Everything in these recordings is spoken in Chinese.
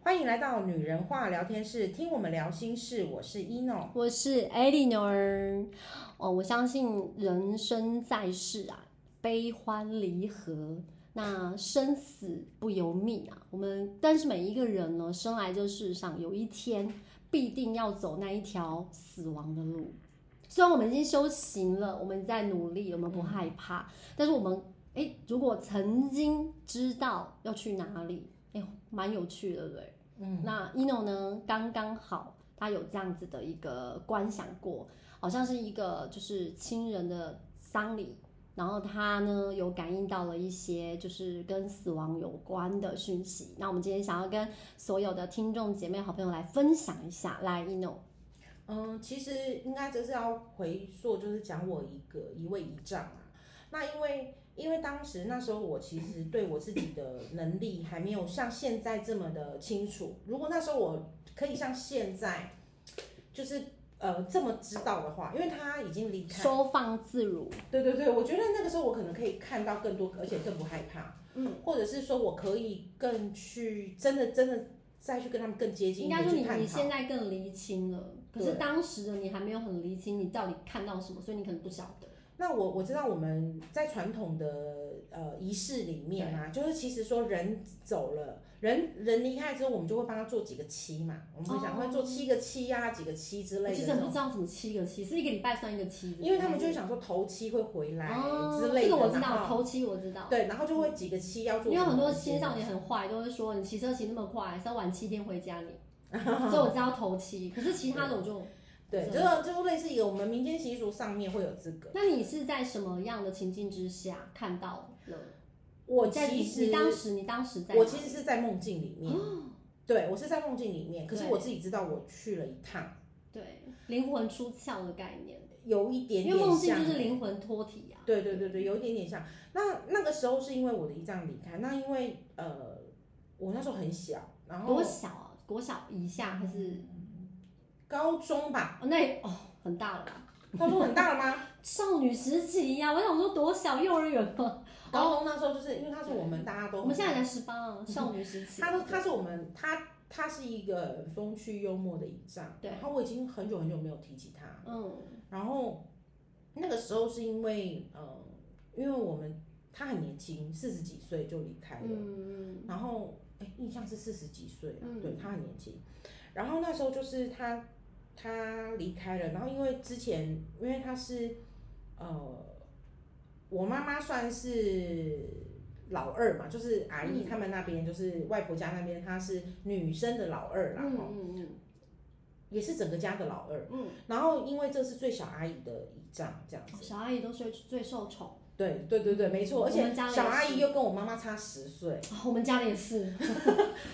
欢迎来到女人话聊天室，听我们聊心事。我是 ino，我是 Eleanor。哦，我相信人生在世啊，悲欢离合，那生死不由命啊。我们但是每一个人呢，生来这世上有一天必定要走那一条死亡的路。虽然我们已经修行了，我们在努力，我们不害怕，但是我们诶，如果曾经知道要去哪里，诶，蛮有趣的，对不对？嗯，那 ino 呢，刚刚好，他有这样子的一个观想过，好像是一个就是亲人的丧礼，然后他呢有感应到了一些就是跟死亡有关的讯息。那我们今天想要跟所有的听众姐妹、好朋友来分享一下，来 ino，嗯，其实应该就是要回溯，就是讲我一个一位姨丈啊。那因为因为当时那时候我其实对我自己的能力还没有像现在这么的清楚。如果那时候我可以像现在，就是呃这么知道的话，因为他已经离开收放自如，对对对，我觉得那个时候我可能可以看到更多，而且更不害怕，嗯，或者是说我可以更去真的真的再去跟他们更接近应一该点说去你探你讨。现在更厘清了，可是当时的你还没有很厘清，你到底看到什么，所以你可能不晓得。那我我知道我们在传统的呃仪式里面啊，就是其实说人走了，人人离开之后，我们就会帮他做几个七嘛，我们会想哦会做七个七呀、几个七之我类哎哦其的实那很种，不知道什么七个七，是一个礼拜算一个七，因为他们就会想说头七会回来哦，之类的，这个我知然道，后头七我知道。对，然后就会几个七要做因什么这些东西，为很多青少年很坏，都会说你骑车骑那么快，是要晚七天回家你。 所以我知道头七，可是其他的我就……对，就是就是类似于我们民间习俗上面会有这个。那你是在什么样的情境之下看到了？我你在其你实你当时你当时在我哪哦其实是在梦境里面，对我是在梦境里面，可是对我自己知道我去了一趟，对灵魂出窍的概念，有一点因点为像，梦境就是灵魂脱体啊。对对对对，有一点点像。那那个时候是因为我的一丈离开，那因为呃我那时候很小，然后多小啊？国小以下还是？高中吧，哦，那也哦很大了吧？高中很大了 吗？少女时期呀、我想说多小，幼儿园吗？高中那时候就是因为他是我们大家都很哦我们现在才十八啊，少女时期。 他都他是我们他他是一个风趣幽默的一丈，对然后我已经很久很久没有提起他了。嗯，然后那个时候是因为，呃，因为我们他很年轻，四十几岁就离开了，嗯，然后哎，印象是四十几岁啊，嗯对他很年轻。然后那时候就是他他离开了，然后因为之前因为他是呃，我妈妈算是。老二嘛，就是阿姨嗯他们那边，就是外婆家那边，她是女生的老二啦，嗯吼嗯嗯也是整个家的老二。嗯，然后因为这是最小阿姨的姨丈，这样子。小阿姨都最最受宠，对对对对，没错，而我且们家里也小阿是姨又跟我妈妈差十 岁，啊我们家里也是，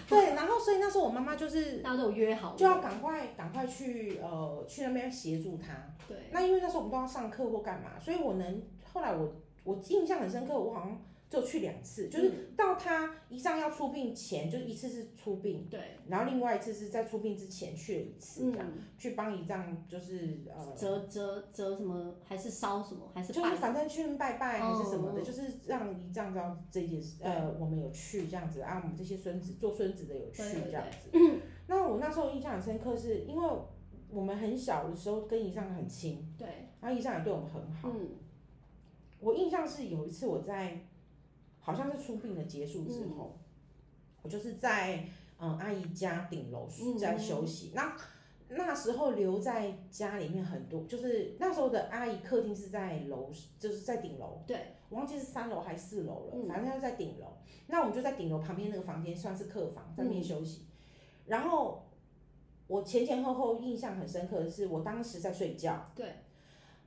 对，然后所以那时候我妈妈就是大家都有约好就的，要赶快赶快去呃去那边协助她。对，那因为那时候我们都要上课或干嘛，所以我能后来我我印象很深刻，我好像就去两次，就是嗯到她一上要出殡前，就是一次是出殡，对，然后另外一次是在出殡之前去了一次，这样、嗯，去帮姨丈就是呃折折折什么，还是烧什么，还是就拜是，反正去拜拜还是什么的，嗯嗯就是让姨丈知道这件事。呃，我们有去这样子啊，我们这些孙子做孙子的有去对对对这样子。 那我那时候印象很深刻是，因为我们很小的时候跟姨丈很亲，对，然后姨丈也对我们很好。嗯，我印象是有一次我在，好像是出殡的结束嗯之后，我就是在嗯阿姨家顶楼嗯在休息。那那时候留在家里面很多，就是那时候的阿姨客厅是在楼，就是在顶楼，对，我忘记是三楼还是四楼了，嗯反正他就在顶楼。那我们就在顶楼旁边那个房间算是客房，在那嗯边休息。然后我前前后后印象很深刻的是，我当时在睡觉。对。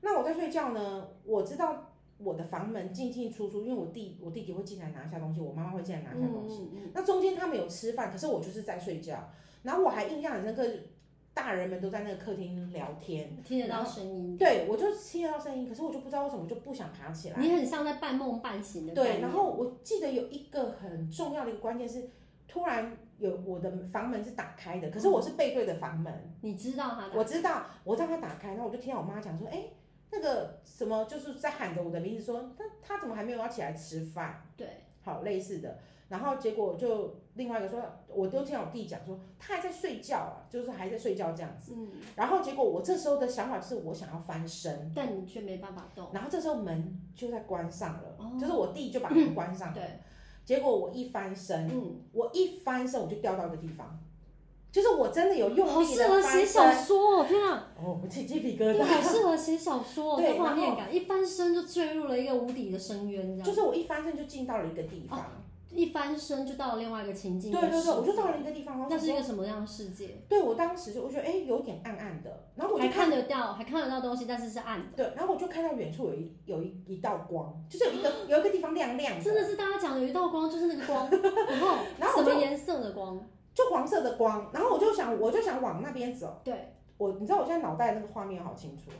那我在睡觉呢，我知道我的房门进进出出，因为我弟我弟弟会进来拿一下东西，我妈妈会进来拿一下东西。嗯嗯那中间他们有吃饭，可是我就是在睡觉。然后我还印象很深刻，大人们都在那个客厅聊天。嗯，听得到声音，对，我就听到声音，可是我就不知道为什么，我就不想爬起来。你很像在半梦半醒的概对，念，然后我记得有一个很重要的一个关键是，突然有我的房门是打开的，可嗯是我是背对着房门，你知道他的，我知道我让它打开，然后我就听到我妈讲说，哎、那个什么就是在喊着我的名字说，那他怎么还没有要起来吃饭？对，好类似的，然后结果就另外一个说，我都听我弟讲说，他还在睡觉啊，就是还在睡觉这样子。嗯，然后结果我这时候的想法就是，我想要翻身，但你却没办法动。然后这时候门就在关上了，哦就是我弟就把门关上了。对，结果我一翻身，嗯，我一翻身我就掉到一个地方，就是我真的有用好力适的合写翻小身，说哦，天啊，哦，我起鸡皮疙对，好瘩。适合写小说哦，对这画面感，一翻身就坠入了一个无底的深渊，这样，就是我一翻身就进到了一个地方，一翻身就到了另外一个情境。对对对，我就到了。了一个地方，然后那是一想说个什么样的世界？对我当时就我觉得哎、有点暗暗的，然后我还就看得到，还看得到东西，但是是暗对，然后我就看到远处有一有一一道光，就是有一个 有一个地方亮亮的。真的是大家讲的有一道光，就是那个光，然后 然后什我就么颜色的光？就黄色的光，然后我就想我就想往那边走，对，我你知道我现在脑袋那个画面好清楚哦，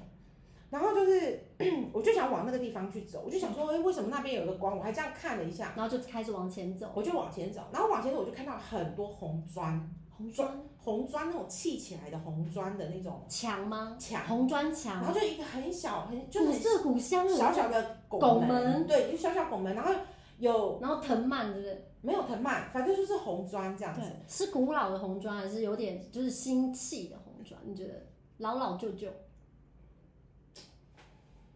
然后就是 我就想往那个地方去走，我就想说哎、为什么那边有一个光，我还这样看了一下，然后就开始往前走。我就往前走，然后往前走我就看到很多嗯红砖，红砖红砖那种砌起来的红砖的那种墙吗？墙，红砖然墙，后就一个很小很就古很色古香的，小小的拱拱门对，就小小拱门，然后有然后藤蔓，对不对？没有藤蔓，反正就是红砖这样子。对，是古老的红砖，还是有点就是新气的红砖？你觉得老老旧旧？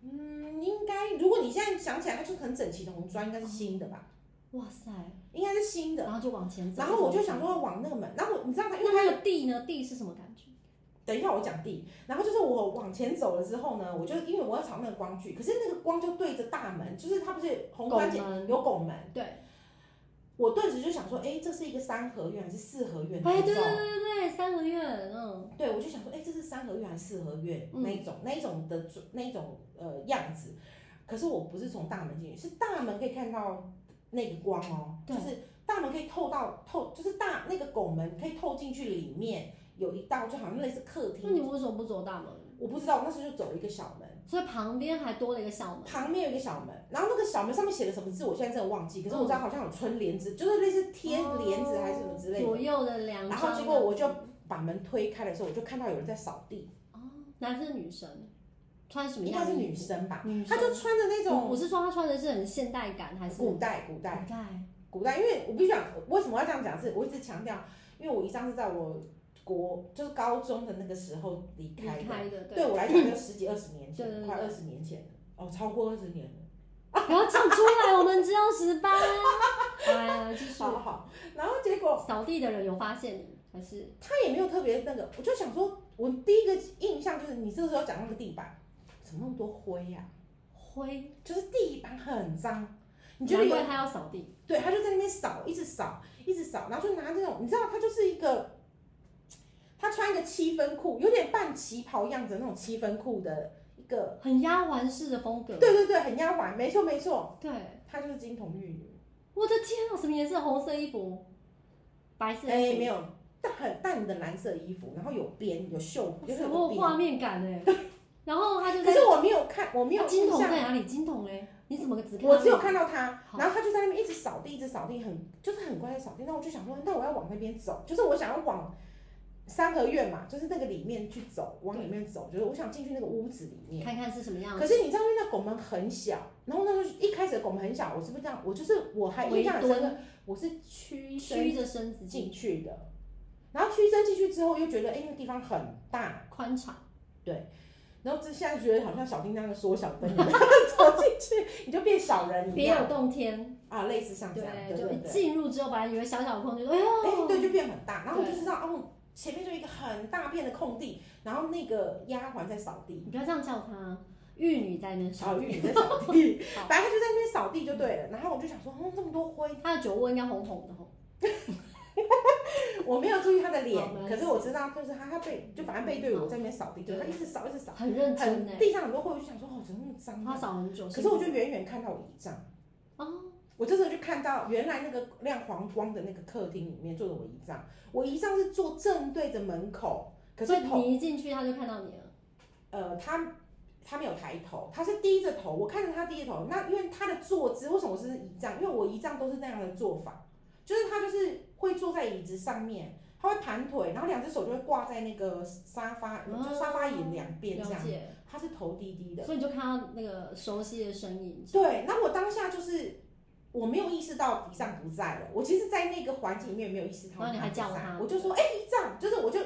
嗯，应该如果你现在想起来，它就是很整齐的红砖，应该是新的吧？哇塞！应该是新的。然后就往嗯前走。然后我就想，说往那个门，然后我你知道吗？因为那那个地呢？地是什么感觉？等一下我讲地，然后就是我往前走了之后呢，我就因为我要朝那个光去，可是那个光就对着大门，就是它不是红砖拱门前有拱门，对，哎我顿时就想说，哎，这是一个三合院还是四合院那哎，一对对种？对对对，三合院，嗯，对，我就想说，哎、这是三合院还是四合院、嗯那一种那一种的那一种呃样子？可是我不是从大门进去，是大门可以看到那个光哦，就对是大门可以透到透，就是大那个拱门可以透进去里面有一道，就好像类似客那你厅。为什么不走大门？我不知道，我那时候就走了一个小门，所以旁边还多了一个小门，旁边有一个小门，然后那个小门上面写了什么字，我现在真的忘记。可是我嗯知道好像有春联子，就是类似贴帘子还是什么之类的。哦左右的哦嗯两张。然后结果我就把门推开的时候，我就看到有人在扫地，哦，男生女生穿什么应样该的是衣服？女生吧。女他生。就穿着那我种我是说他穿的是很现代感还是古代古代古代古代，因为我必须讲为什么要这样讲，是我一直强调，因为我一张是在我国就是高中的那个时候离离开的，开的，对我来讲就十几二十年对对前，对快二十年前了，哦，超过二十年了。不要讲出来，我们只有十 八。哎呀，继续。好好，然后结果扫地的人有发现你，还是他也没有特别那个，我就想说，我第一个印象就是你这个时候讲那个地板怎么那么多灰呀、灰？就是地板很脏，你觉得难有怪他要扫地？对，他就在那边扫，一直扫，一直扫，然后就拿那种，你知道，他就是一个，他穿一个七分裤，有点半旗袍样子的那种七分裤的一个，很丫鬟式的风格。对对对，很丫鬟，没错没错，对她就是金童玉女，我的天啊，什么颜色？红色衣服，白色哎、衣没有淡淡的蓝色衣服，然后有边有袖服，，有什有么边，画面感哎、 然后他就可在是我没有看，我没有啊金印童象，在哪里？金童嘞？你怎么只看到我只有那个看到她，好然后她就在那边一直扫地，一直扫地，很就是很乖的扫地，那我就想说，那我要往那边走，就是我想要往。三合院嘛，就是那个里面去走，往里面走，就是我想进去那个屋子里面。看看是什么样可子？是你知道，因为那拱门很小，然后那时候一开始的拱门很小，我是不是这样？我就是我还印围象很深刻，蹲我是屈屈身着身子进进去的，然后屈身进去之后又觉得，哎、那个地方很大，宽敞，然后这现在觉得好像小叮当的缩小灯一样， 走进去你就变小人一别有样洞天。啊，类似像这样，对对，就对一对，进入之后，本来以为小小的空间，哎哎、呦，对，就变很大，然后我就对知道哦。前面就一个很大片的空地，然后那个丫鬟在扫地，你不要这样叫她，玉女在那边小烧哦玉在扫地嗯 好，反正她就在那边扫地就对了。然后我就想说，哦，这么多灰，她的酒窝应该红红的吼，我没有注意他的好没脸，关系可是我知道，就是他他背就反正背对我在那边扫地，就对他一直扫一直扫，很认真很哎，地上很多灰，我就想说哦，怎么那么脏她啊？扫很久，可是我就远远看到我姨丈，哦，我这时候就看到原来那个亮黄光的那个客厅里面坐着我姨丈，我姨丈是坐正对着门口，可所以是头你一进去，她就看到你了，呃他他没有抬头，他是低着头，我看着他低着头，那因为他的坐姿为什么我是姨丈？因为我姨丈都是那样的做法，就是他就是会坐在椅子上面。他会盘腿，然后两只手就会挂在那个沙发，哦啊就沙发椅两边这了样。解，他是头低低的。所以你就看到那个熟悉的身影，对，那我当下就是我没有意识到姨丈不在了，我其实，在那个环境里面没有意识到然后你还不叫在他我就说，哎、姨丈，就是我就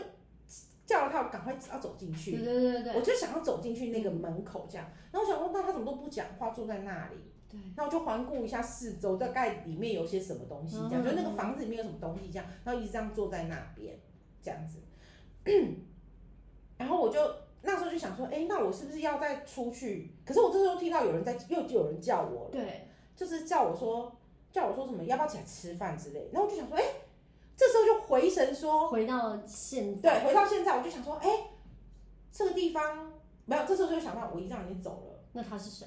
叫了他，我赶快要走进去对，对对对我就想要走进去那个门口这样，然后我想说，那他怎么都不讲话，坐在那里，对，那我就环顾一下四周，大概里面有些什么东西，这样，嗯就那个房子里面有什么东西，这样，然后一直这样坐在那边，这样子， 然后我就那时候就想说，哎、那我是不是要再出去？可是我这时候听到有人在，又有人叫我了，对，就是叫我说，叫我说什么，要不要起来吃饭之类，然后我就想说，哎、这时候就回神说，回到现对在，，回到现在，我就想说，哎、这个地方没有，这时候就想到我姨丈已经走了，那他是谁？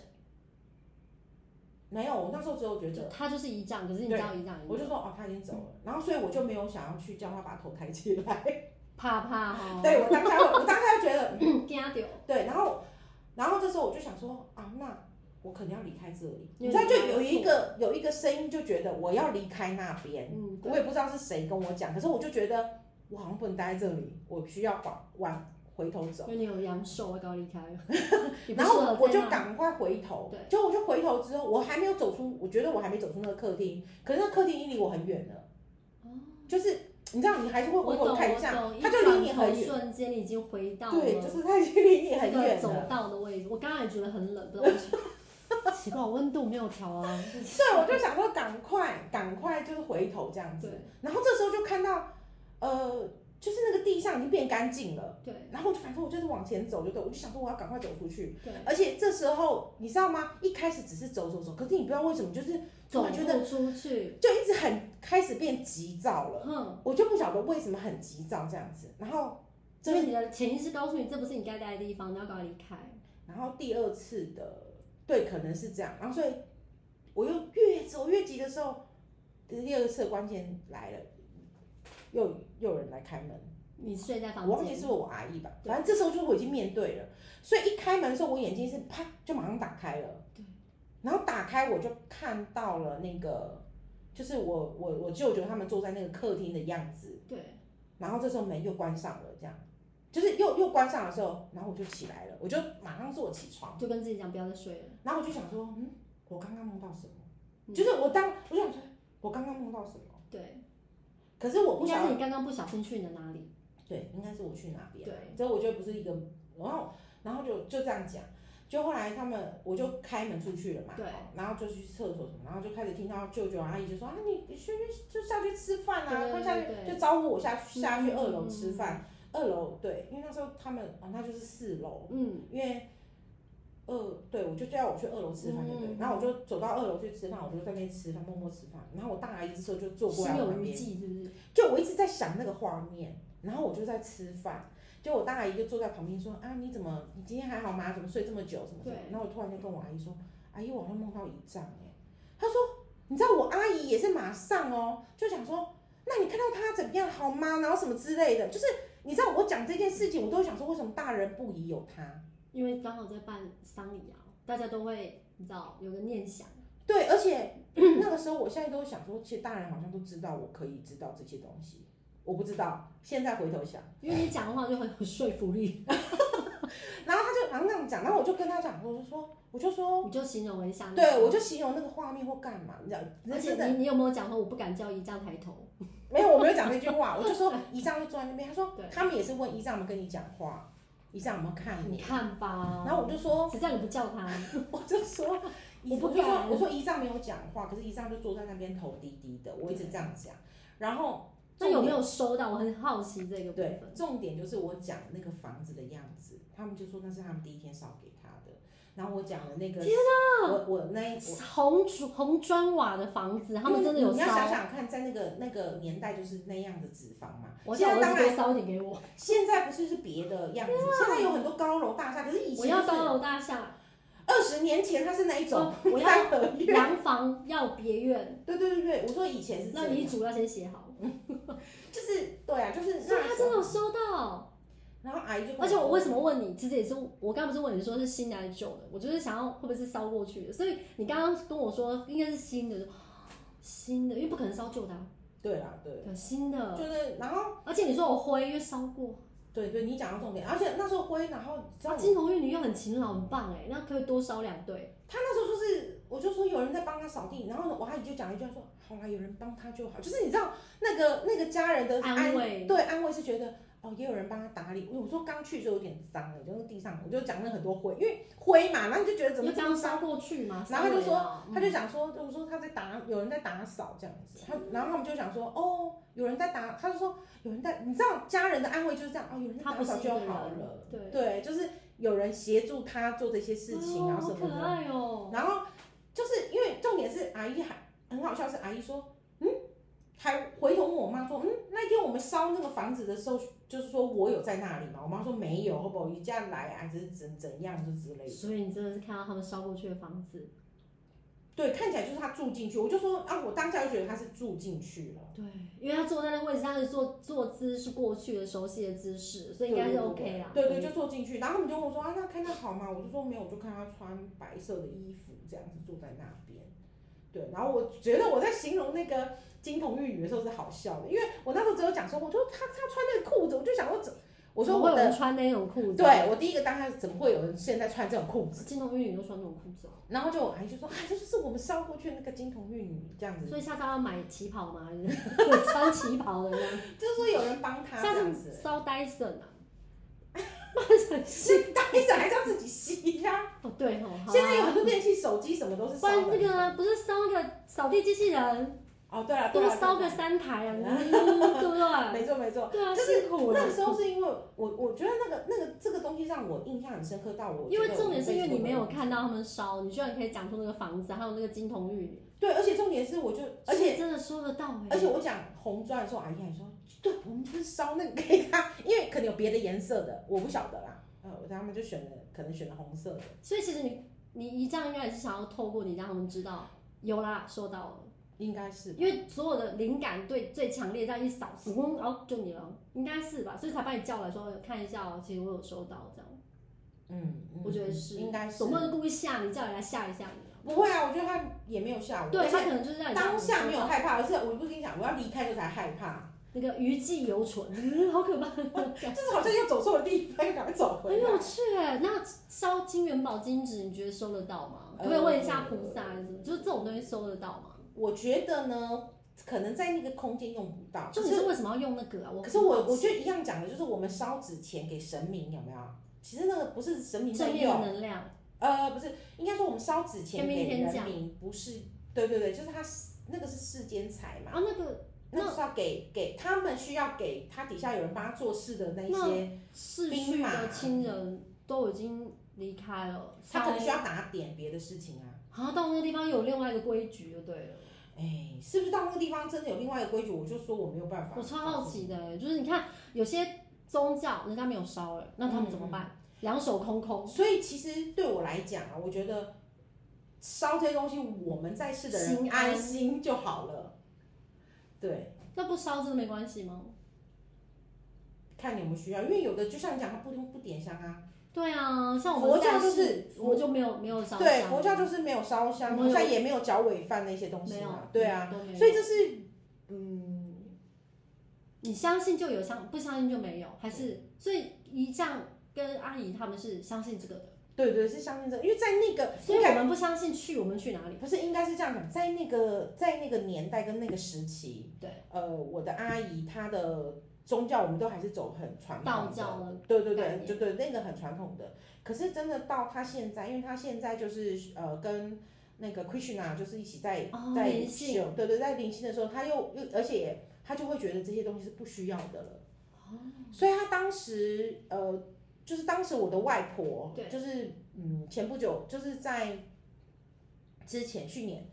没有，我那时候只有觉得就。他就是姨丈，可是你知道姨丈已我就经说哦，他已经走了，然后所以我就没有想要去叫他把头抬起来。怕怕哦，对我当下会，我当下就觉得惊掉，对，然后然后这时候我就想说啊，那我肯定要离开这里。你因为知道，你就刚有一刚个有一个声音就觉得我要离开那边，嗯，我也不知道是谁跟我讲，可是我就觉得我好像不能待在这里，我需要往往回头走。因为你有阳寿，我搞离 开了，你不然适后合我在就那赶快回头对，就我就回头之后，我还没有走出，我觉得我还没走出那个客厅，可是那客厅已经离我很远了，就是你知道，你还是会哦我回懂，头我看一下，懂，他一就转离你头很远瞬间你已经回到了对，就是他已经离你很这个远走了。道的位置。我刚刚也觉得很冷，不知道为什么，奇怪，我温度没有调啊。对，我就想说赶快，赶快就是回头这样子，对然后这时候就看到，呃，就是那个地上已经变干净了，对然后我就反正我就是往前走就对，我就想说我要赶快走出去，对，而且这时候你知道吗？一开始只是走走走，可是你不知道为什么就是突走然觉得不出去，就一直很开始变急躁了，哼，我就不晓得为什么很急躁这样子。然后因这为你的潜意识告诉你这不是你该待的地方，你要赶快离开。然后第二次的对可能是这样，然后所以我又越走越急的时候，第二次的关键来了，又又有人来开门，你睡在房我忘记间，是我阿姨吧，对反正这时候就是我已经面对了，所以一开门的时候我眼睛是啪就马上打开了，对，然后打开我就看到了那个。就是我我我舅舅他们坐在那个客厅的样子，对，然后这时候门又关上了，这样，就是又又关上的时候，然后我就起来了，我就马上坐起床，就跟自己讲不要再睡了。然后我就想说，嗯，我刚刚梦到什么？嗯就是我当我想说，我刚刚梦到什么？对，可是我不应该晓是得，你刚刚不小心去你的哪里？对，应该是我去哪边？对，所以我觉得不是一个，然后然后就就这样讲，就后来他们我就开门出去了嘛，对哦，然后就去厕所什么，然后就开始听到舅舅阿姨就说啊，你你去就下去吃饭啊，对对快下去对对就招呼我下去下去嗯二楼吃饭，二楼对，因为那时候他们啊那就是四楼，嗯，因为二对我就叫我去二楼吃饭，对不对？嗯然后我就走到二楼去吃饭，我就在那边吃饭，默默吃饭。然后我大阿姨这时候就坐过来心我有旁余边，悸是不是？就我一直在想那个画面，然后我就在吃饭。就我大阿姨就坐在旁边说：“啊，你怎么？你今天还好吗？怎么睡这么久？什么什么对？”然后我突然就跟我阿姨说：“阿姨，我好像梦到姨丈哎。”她说：“你知道我阿姨也是马上哦，就想说，那你看到他怎么样好吗？然后什么之类的，就是你知道我讲这件事情，我都会想说为什么大人不宜有他。”因为刚好在办丧礼啊，大家都会你知道有个念想，对，而且那个时候，我现在都想说，其实大人好像都知道我可以知道这些东西，我不知道。现在回头想，因为你讲的话就很有说服力，然后他就好像那样讲，然后我就跟他讲，我就说，我就说，你就形容了一下。对我就形容那个画面或干嘛，你知道，嗯而且真的你你有没有讲说我不敢叫姨丈抬头？没有，我没有讲那句话，我就 说姨丈就坐在那边，他说对他们也是问姨丈有没有跟你讲话，姨丈有没有看你你，看吧，然后我就说，只叫你不叫他，我就 说，我不就说敢，我说姨丈没有讲话，可是姨丈就坐在那边头低低的，我一直这样讲，然后那有没有收到？我很好奇这个部对分，。重点就是我讲那个房子的样子，他们就说那是他们第一天烧给他的。然后我讲的那个，天啊！我我那一我红砖红砖瓦的房子，他们真的有嗯你要想烧。想看，在那个那个年代就是那样的纸房嘛。我现叫在我当儿然，子多烧一点给我，现在不是是别的样子，现在有很多高楼大厦，可是以啊我前要高楼大厦，二十年前它是那一种哦我 要三合院。洋房要别院，对对对对，我说以前是这那样，遗嘱要先写好。就是对啊，就是所以那他时候。真的有收到，然后阿姨就跟而且我为什么么问你，其实也是我刚刚不是问你说是新的还是旧的，我就是想要会不会是烧过去的，所以你刚刚跟我说应该是新的，就哦新的，因为不可能烧旧的、啊，对啦对，对，新的，啊就是然后而且你说我灰，因为烧过。对对，你讲到重点，而且那时候灰，然后你知道啊，我欸金童玉女又很勤劳，很棒哎，那可以多烧两对。他那时候就是我就说有人在帮他扫地，然后我阿姨就讲一句话说：“好啦，有人帮他就好。”就是你知道那个那个家人的安慰，对安慰是觉得哦，也有人帮他打理。我说刚去就有点脏了，就是地上我就讲了很多灰，因为灰嘛，然后你就觉得怎么你这这么样脏。杀过去嘛？然后他就稍微啊他就讲说，我说他在打，有人在打扫这样子，他然后他们就想说，哦，有人在打，他就说有人在，你知道家人的安慰就是这样，哦，有人在他打不扫是一就个好人了，，对，对，就是有人协助他做这些事情，然后哦什么好可的，爱哦，然后就是因为重点是阿姨还很好笑，是阿姨说，嗯，还回头问我妈说，嗯，那天我们烧那个房子的时候，就是说我有在那里嘛，我妈说没有，好不好？一这样来啊，就是怎怎样就之类的。所以你真的是看到他们烧过去的房子，对，看起来就是他住进去，我就说啊，我当下就觉得他是住进去了，对，因为他坐在那个位置，他的坐坐姿是过去的熟悉的姿势，所以应该是 OK 啦。嗯对对，就坐进去。然后他们就问我说啊，那看他好吗？我就说没有，我就看他穿白色的衣服这样子坐在那边。对，然后我觉得我在形容那个金童玉女的时候是好笑的，因为我那时候只有讲说，我就他他穿那个裤子，我就想说怎，我说怎么我会有人的，穿那种裤子，，啊对啊我第一个当下是怎么会有人现在穿这种裤子？金童玉女都穿那种裤子哦，然后就我阿姨就说，啊，这就是我们烧过去的那个金童玉女这样子，所以下次要买旗袍嘛， 有穿旗袍的这样，就是说有人帮他下这样次子。烧 Dyson 啊，是戴着还是要自己吸呀、哦对哦，好啊现在有很多电器，手机什么都是不烧然的。那个啊不是烧个扫地机器人，哦，对了，对多了，烧个对三台 啊，嗯对不了对？没错没错。对啊，就是辛苦了。那个时候是因为我，我觉得那个那个这个东西让我印象很深刻到我，因觉为得重点我是因为你没有这辈子看到他们烧，你居然可以讲出那个房子，还有那个金童玉女，都没有对，而且重点是我就，而所以且真的收得到哎、而且我讲红砖的时候，阿姨还说，对，我们就是烧那个给他，因为可能有别的颜色的，我不晓得啦。呃，我他们就选了，可能选了红色的。所以其实你你一仗应该也是想要透过你让他们知道有啦，收到了，应该是因为所有的灵感对最强烈，这样一扫，嗡，然后就你了，应该是吧？所以才把你叫来说看一下哦、其实我有收到这样，嗯，嗯我觉得是，应该是总不能故意吓你，叫你来吓一吓你啊。不会啊，我觉得他也没有吓啊我，对而且他可能就是让你当下没有有害怕，而是我不是跟你讲，我要离开的时候才害怕，那个余悸犹存， 嗯好可怕。就是好像又走错了地方，赶快走很回来。有趣哎，那烧金元宝金纸，你觉得收得到吗？呃可不可以问一下菩萨还是什么？就是这种东西收得到吗？我觉得呢，可能在那个空间用不到，就啊可你是是为什么要用那个啊？我可是我我觉得一样讲的，就是我们烧纸钱给神明有没有？其实那个不是神明在正面用，的能量，呃，不是，应该说我们烧纸钱天兵给天人将民，不是，对对对，就是他那个是世间财嘛，啊，那个那那是要给给他们需要给他底下有人帮他做事的那一那些，逝兵去马的亲人都已经离开了，他可能烧需要打点别的事情啊。啊，到那个地方有另外一个规矩就对了。哎，是不是到那个地方真的有另外一个规矩？我就说我没有办法。我超好奇的欸，就是你看有些宗教人家没有烧了，那他们怎么嗯办？两手空空，哦所以其实对我来讲啊，我觉得烧这些东西，我们在世的人心安安心就好了。对，那不烧真的没关系吗？看你有没有需要，因为有的就像你讲，他不不点香啊。对啊，像我们佛教在就世是我们就没有没有烧对，香佛教就是没有烧香，没佛有教也没有脚尾饭那些东没西有嘛。对啊，，都没有所以这是嗯，你相信就有相，不相信就没有，还是所以姨丈跟阿姨他们是相信这个的，对对是相信这个，因为在那个所以应我该们不相信去，我们去哪里？不是应该是这样讲，在那个在那个年代跟那个时期，对，呃，我的阿姨她的宗教我们都还是走很传道统的，教的对对概对，念就对那个很传统的。可是真的到她现在，因为她现在就是呃跟那个 Krishna 就是一起在、哦在灵性修，对对，在灵性的时候，她又又而且也她就会觉得这些东西是不需要的了，哦所以她当时呃。就是当时我的外婆对，就是嗯，前不久就是在之前去年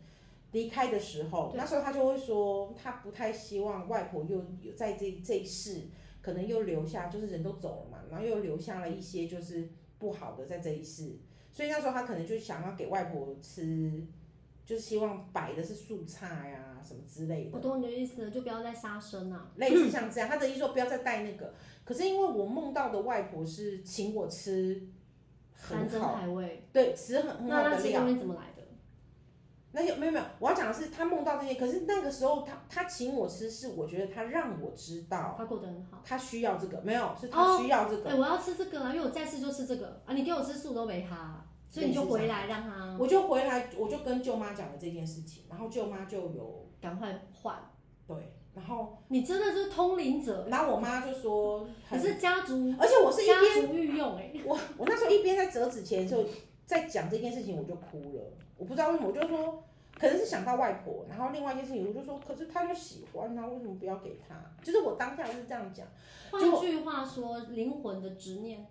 离开的时候，对那时候他就会说，他不太希望外婆又有在这这一世可能又留下，就是人都走了嘛，然后又留下了一些就是不好的在这一世，所以那时候他可能就想要给外婆吃，就是希望摆的是素菜呀、什么之类我的，懂你的意思了，就不要再杀生啊。类似像这样，他的意思说不要再带那个。可是因为我梦到的外婆是请我吃山很珍好，海味，对，吃很很好那那的些料东。西怎么来的？那有没有没有，我要讲的是他梦到这些，可是那个时候他他请我吃，是我觉得他让我知道他过得很好。他需要这个，没有是哦他需要这个，哎、啊我要吃这个啦，因为我在世就吃这个啊！你给我吃素都没哈、所以你就类似这回样来让他我就回来，我就跟舅妈讲了这件事情，然后舅妈就有赶快换。对，然后你真的是通灵者，然后我妈就说你哦很，是家族，而且我是一家边族御用哎、我我那时候一边在折纸钱的时候，在讲这件事情，我就哭了。我不知道为什么，我就说可能是想到外婆，然后另外一件事情，我就说，可是他就喜欢啊，为什么不要给他？就是我当下是这样讲，结换果句话说，灵魂的执念，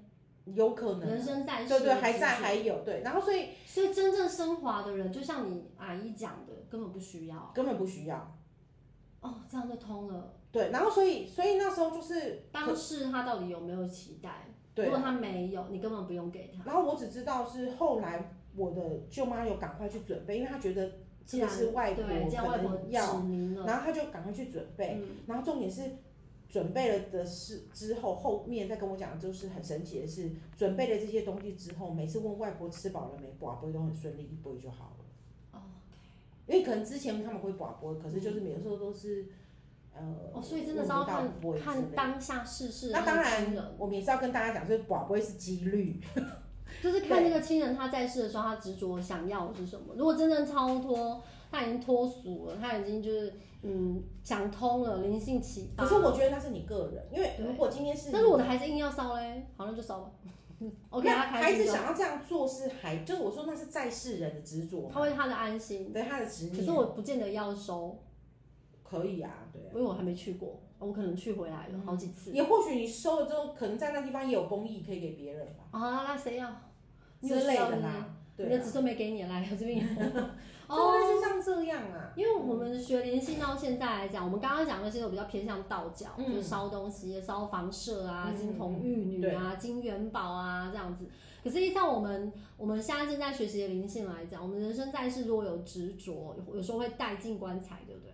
有可能人啊，生在世对对，的还执在着还有对，然后所以所以真正升华的人，就像你阿姨讲的，根本不需要根本不需要哦，这样就通了。对，然后所以所以那时候就是当事他到底有没有期待？对如，果他没有，你根本不用给他。然后我只知道是后来我的舅妈有赶快去准备，因为她觉得这个是外婆对，这样可外嗯婆能要指明了，然后他就赶快去准备，然后重点是准备了的事之后，后面再跟我讲，就是很神奇的是，准备了这些东西之后，每次问外婆吃饱了没，寡不会都很顺利，一杯就好了。哦因为可能之前他们会寡不，可是就是有时候都是，呃，哦，所以真的是要看问不到看不会之类的当下世事的那当那个亲然人，，我们也是要跟大家讲，就是寡不会是几率，就是看那个亲人他在世的时候，他执着想要的是什么。如果真正超脱，他已经脱俗了，他已经就是嗯想通了，灵性启发。可是我觉得那是你个人，因为对如果今天是但是我的孩子硬要烧嘞，好那就烧吧。OK，那他开孩子心就好，想要这样做是还就是我说那是在世人的执着他嘛，为他的安心。对他的执可念是。我不见得要收，可以啊，对啊因为我还没去过，我可能去回来有好几次。也或许你收了之后，可能在那地方也有公益可以给别人吧啊，那谁要？你有之类需要的是不是啦。你对的啊，子孙没给你来，我这边 有。就类哦，似像这样啊。因为我们学灵性到现在来讲，我们刚刚讲的其实我比较偏向道教，嗯就是烧东西、烧房舍啊、嗯金童玉女啊、金元宝啊这样子。可是依照我们我们现在正在学习的灵性来讲，我们人生在世如果有执着，有有时候会带进棺材，对不对？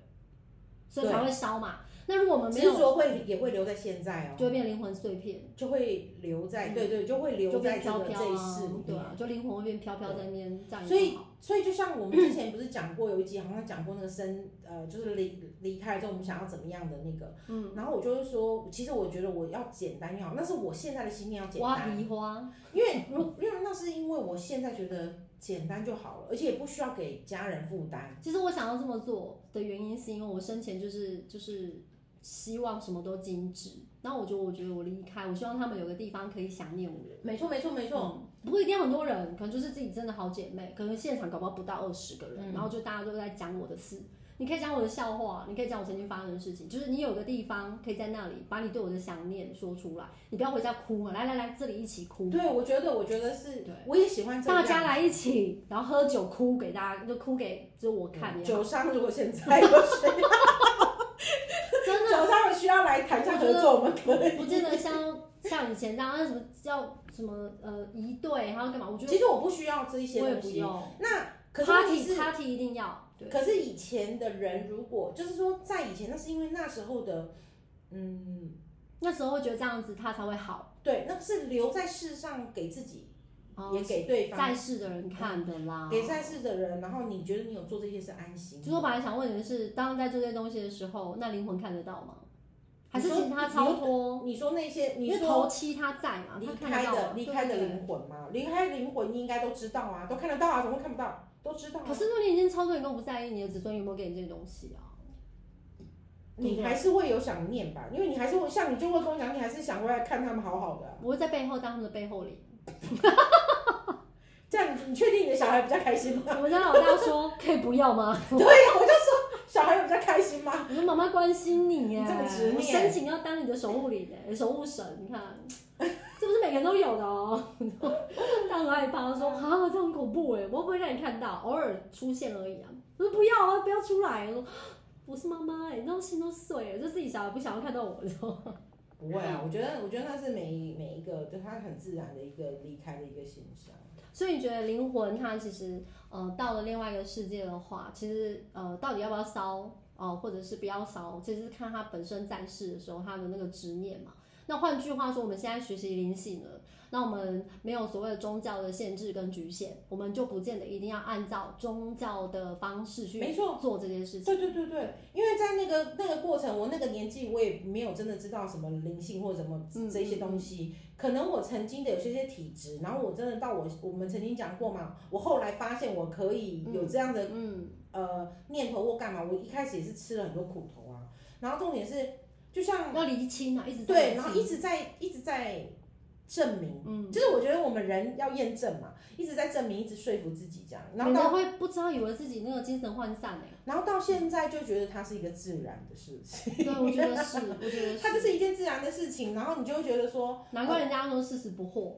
所以才会烧嘛。那如果我们哦没执有，着会也会留在现在哦，就会变灵魂碎片。就会留在嗯对对，就会留就在这变飘个飘这一世啊里，对面。啊，就灵魂会变飘飘在那边这样所以也不好所以就像我们之前不是讲过，有一集好像讲过那个生呃，就是离离开之后我们想要怎么样的那个，嗯，然后我就是说，其实我觉得我要简单就好，那是我现在的心念要简挖单，梨花，因为如因为那是因为我现在觉得简单就好了，而且也不需要给家人负担。其实我想要这么做的原因是因为我生前就是就是希望什么都精致，然后我觉得我觉得我离开，我希望他们有个地方可以想念我。没错，没错，没错。嗯，不过一定要很多人，可能就是自己真的好姐妹，可能现场搞不好不到二十个嗯人，然后就大家都在讲我的事。你可以讲我的笑话，你可以讲我曾经发生的事情，就是你有个地方可以在那里把你对我的想念说出来，你不要回家哭嘛，来来来，这里一起哭。嗯对，我觉得，我觉得是嗯对，我也喜欢这大样。家来一起，然后喝酒哭给大家，就哭给就我看嗯也好，酒商如果现在有谁， 真的酒商有需要来谈一下合作，我们可以。 不见得像像以前这样，那什么叫什么呃一对，还要干嘛？我觉得其实我不需要这一些我也东不西。用那可是问题，party 是， party 一定要对，可是以前的人如果就是说在以前，那是因为那时候的，嗯，那时候会觉得这样子他才会好，对，那是留在世上给自己，哦也给对方，在世的人看的啦。给在世的人。然后你觉得你有做这些是安心的，就是我本来想问你的是，当在做这些东西的时候，那灵魂看得到吗？还你是说其实他超脱？你说那些，你因为说头七他在嘛，离他看开得到的啊离开的对不对灵魂嘛，离开灵魂应该都知道啊，都看得到啊，怎么会看不到？都知道、啊可。是如果你已经超脱，你根本不在意你的子孙有没有给你这些东西啊？你还是会有想念吧，因为你还是会像你就会跟我讲，你还是想回来看他们好好的啊、我会在背后当他们的背后灵。这样你确定你的小孩比较开心吗？我们家老大说 可以不要吗？小孩有比较开心吗？我说妈妈关心你耶，你这么执念我申请要当你的守护灵耶，守护神，你看，这不是每个人都有的哦。他很害怕，他说啊，这很恐怖哎，我不会让你看到，偶尔出现而已啊。我说不要啊，不要出来。我说我是妈妈哎，你让我心都碎了，就自己小孩不想要看到我，你知道吗？不会啊，我觉得我觉得那是每每一个，就他很自然的一个离开的一个现象。所以你觉得灵魂它其实呃到了另外一个世界的话，其实呃到底要不呃要烧哦、或者是不要烧，其实是看他本身在世的时候他的那个执念嘛。那换句话说，我们现在学习灵性了，那我们没有所谓的宗教的限制跟局限，我们就不见得一定要按照宗教的方式去没错做这件事情。对对对对，因为在那个那个过程，我那个年纪我也没有真的知道什么灵性或什么嗯这些东西，可能我曾经的有些些体质，然后我真的到我我们曾经讲过嘛，我后来发现我可以有这样的、嗯，呃念头或干嘛，我一开始也是吃了很多苦头啊，然后重点是就像要厘清啊，一直在对，厘然后清一直在一直在证明，嗯，就是我觉得我们人要验证嘛，一直在证明，一直说服自己这样，然后免到得会不知道以为自己那个精神涣散哎、然后到现在就觉得它是一个自然的事情。对，我觉得是，我觉得，它就是是一件自然的事情，然后你就会觉得说，难怪人家说四十不惑。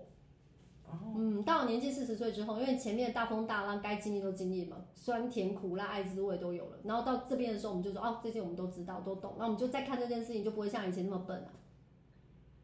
哦，嗯，到了年纪四十岁之后，因为前面大风大浪该经历都经历嘛，酸甜苦辣、爱滋味都有了。然后到这边的时候，我们就说哦，这些我们都知道、都懂，那我们就再看这件事情，就不会像以前那么笨了、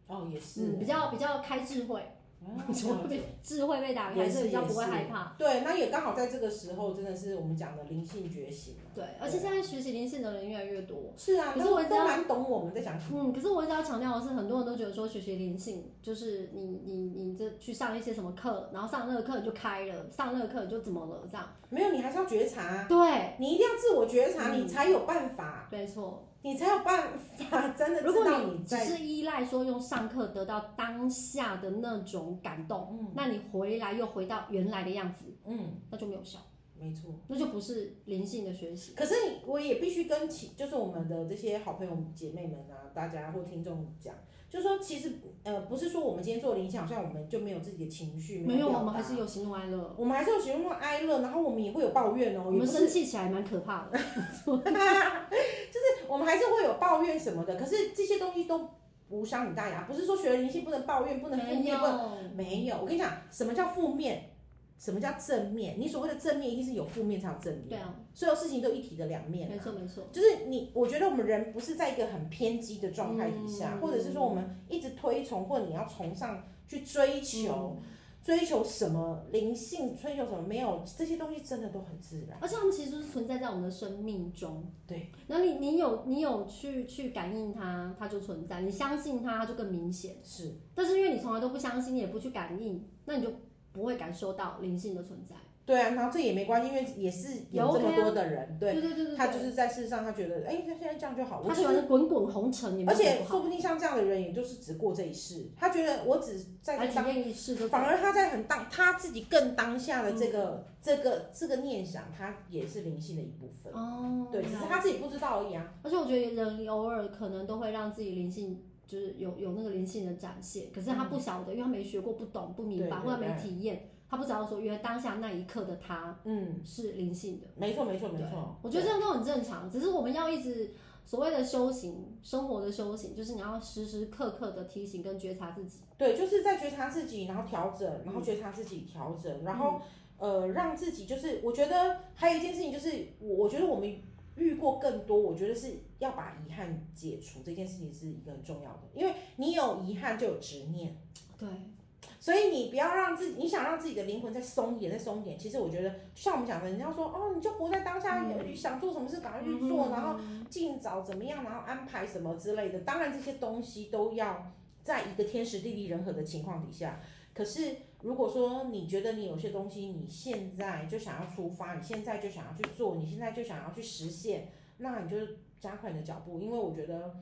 哦也是，嗯，比较比较开智慧， 嗯就会被智慧被打开，也是所以比较也不会是害怕。对，那也刚好在这个时候，真的是我们讲的灵性觉醒嘛。对，而且现在学习灵性的人越来越多。是啊，可是都我知道都蛮懂我们在讲什么。嗯，可是我一直要强调的是，很多人都觉得说学习灵性就是你你你这去上一些什么课，然后上那个课你就开了，上那个课你就怎么了这样？没有，你还是要觉察，对，你一定要自我觉察，嗯你才有办法，没错。你才有办法真的如知果道你只在。是依赖说用上课得到当下的那种感动，嗯那你回来又回到原来的样子，嗯，那就没有效，没错。那就不是灵性的学习。可是我也必须跟其就是我们的这些好朋友姐妹们啊，大家或听众讲，就说其实呃不是说我们今天做灵性，好像我们就没有自己的情绪，没有，表达我们还是有喜怒哀乐，我们还是有喜怒哀乐，然后我们也会有抱怨哦，我也不们是生气起来蛮可怕的。 我们还是会有抱怨什么的。可是这些东西都无伤你大雅，不是说学了灵性不能抱怨，不能负没面，有不，能没有。我跟你讲，什么叫负面？什么叫正面？你所谓的正面，一定是有负面才有正面。对啊，所有事情都一体的两面、啊。没错没错，就是你，我觉得我们人不是在一个很偏激的状态底下，嗯或者是说我们一直推崇，或者你要崇尚去追求、嗯追求什么灵性，追求什么没有这些东西，真的都很自然。而且它们其实就是存在在我们的生命中。对，那你你有你有去去感应它，它就存在；你相信它，它就更明显。是，但是因为你从来都不相信，你也不去感应，那你就不会感受到灵性的存在。对啊，然后这也没关系，因为也是有这么多的人，对对啊对对对，他对就是在世上，他觉得，哎，他现在这样就好，我他就喜是。欢滚滚红尘，也没而有什且么说好，不定像这样的人，也就是只过这一世，他觉得我只在来这体当验一次就反走而他在很当他自己更当下的这个、这个这个念想，他也是灵性的一部分。哦，对，只是他自己不知道而已啊。而且我觉得人偶尔可能都会让自己灵性。就是有有那个灵性的展现，可是他不晓得，因为他没学过、不懂、不明对白，对或者没对体验，他不知道说原来当下那一刻的他嗯，是灵性的。没错，没错，没错。我觉得这样都很正常，只是我们要一直所谓的修行，生活的修行，就是你要时时刻刻的提醒跟觉察自己。对，就是在觉察自己，然后调整，然后觉察自己调整，然后、呃，让自己就是，我觉得还有一件事情就是，我我觉得我们遇过更多，我觉得是要把遗憾解除这件事情是一个很重要的，因为你有遗憾就有执念。对，所以你不要让自己，你想让自己的灵魂再松一点，再松一点。其实我觉得，像我们讲的，人家说哦，你就活在当下，嗯你想做什么事赶快去做，嗯然后尽早怎么样，然后安排什么之类的。当然这些东西都要在一个天时地利人和的情况底下。可是如果说你觉得你有些东西，你现在就想要出发，你现在就想要去做，你现在就想要去实现，那你就加快你的脚步，因为我觉得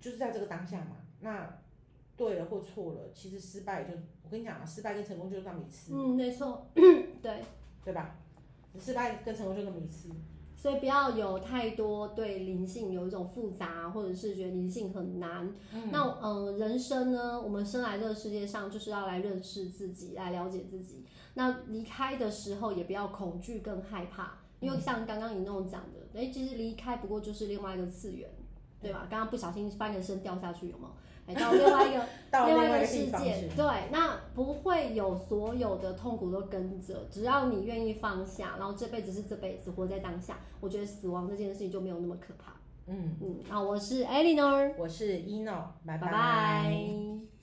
就是在这个当下嘛。那对了或错了，其实失败就我跟你讲啊，失败跟成功就那么一次，嗯，没错， 对。对吧？失败跟成功就那么一次，所以不要有太多对灵性有一种复杂，或者是觉得灵性很难。那呃，人生呢，我们生来这个世界上就是要来认识自己，来了解自己。那离开的时候也不要恐惧跟害怕，因为像刚刚你那种讲的，哎、其实离开不过就是另外一个次元，对吧？刚刚不小心翻个身掉下去，有没有？哎，到另外一个到另另外一外一个个世地方界去。，对，那不会有所有的痛苦都跟着，只要你愿意放下，然后这辈子是这辈子，活在当下，我觉得死亡这件事情就没有那么可怕。嗯，嗯，啊，我是 Eleanor，我是 Eno，拜拜拜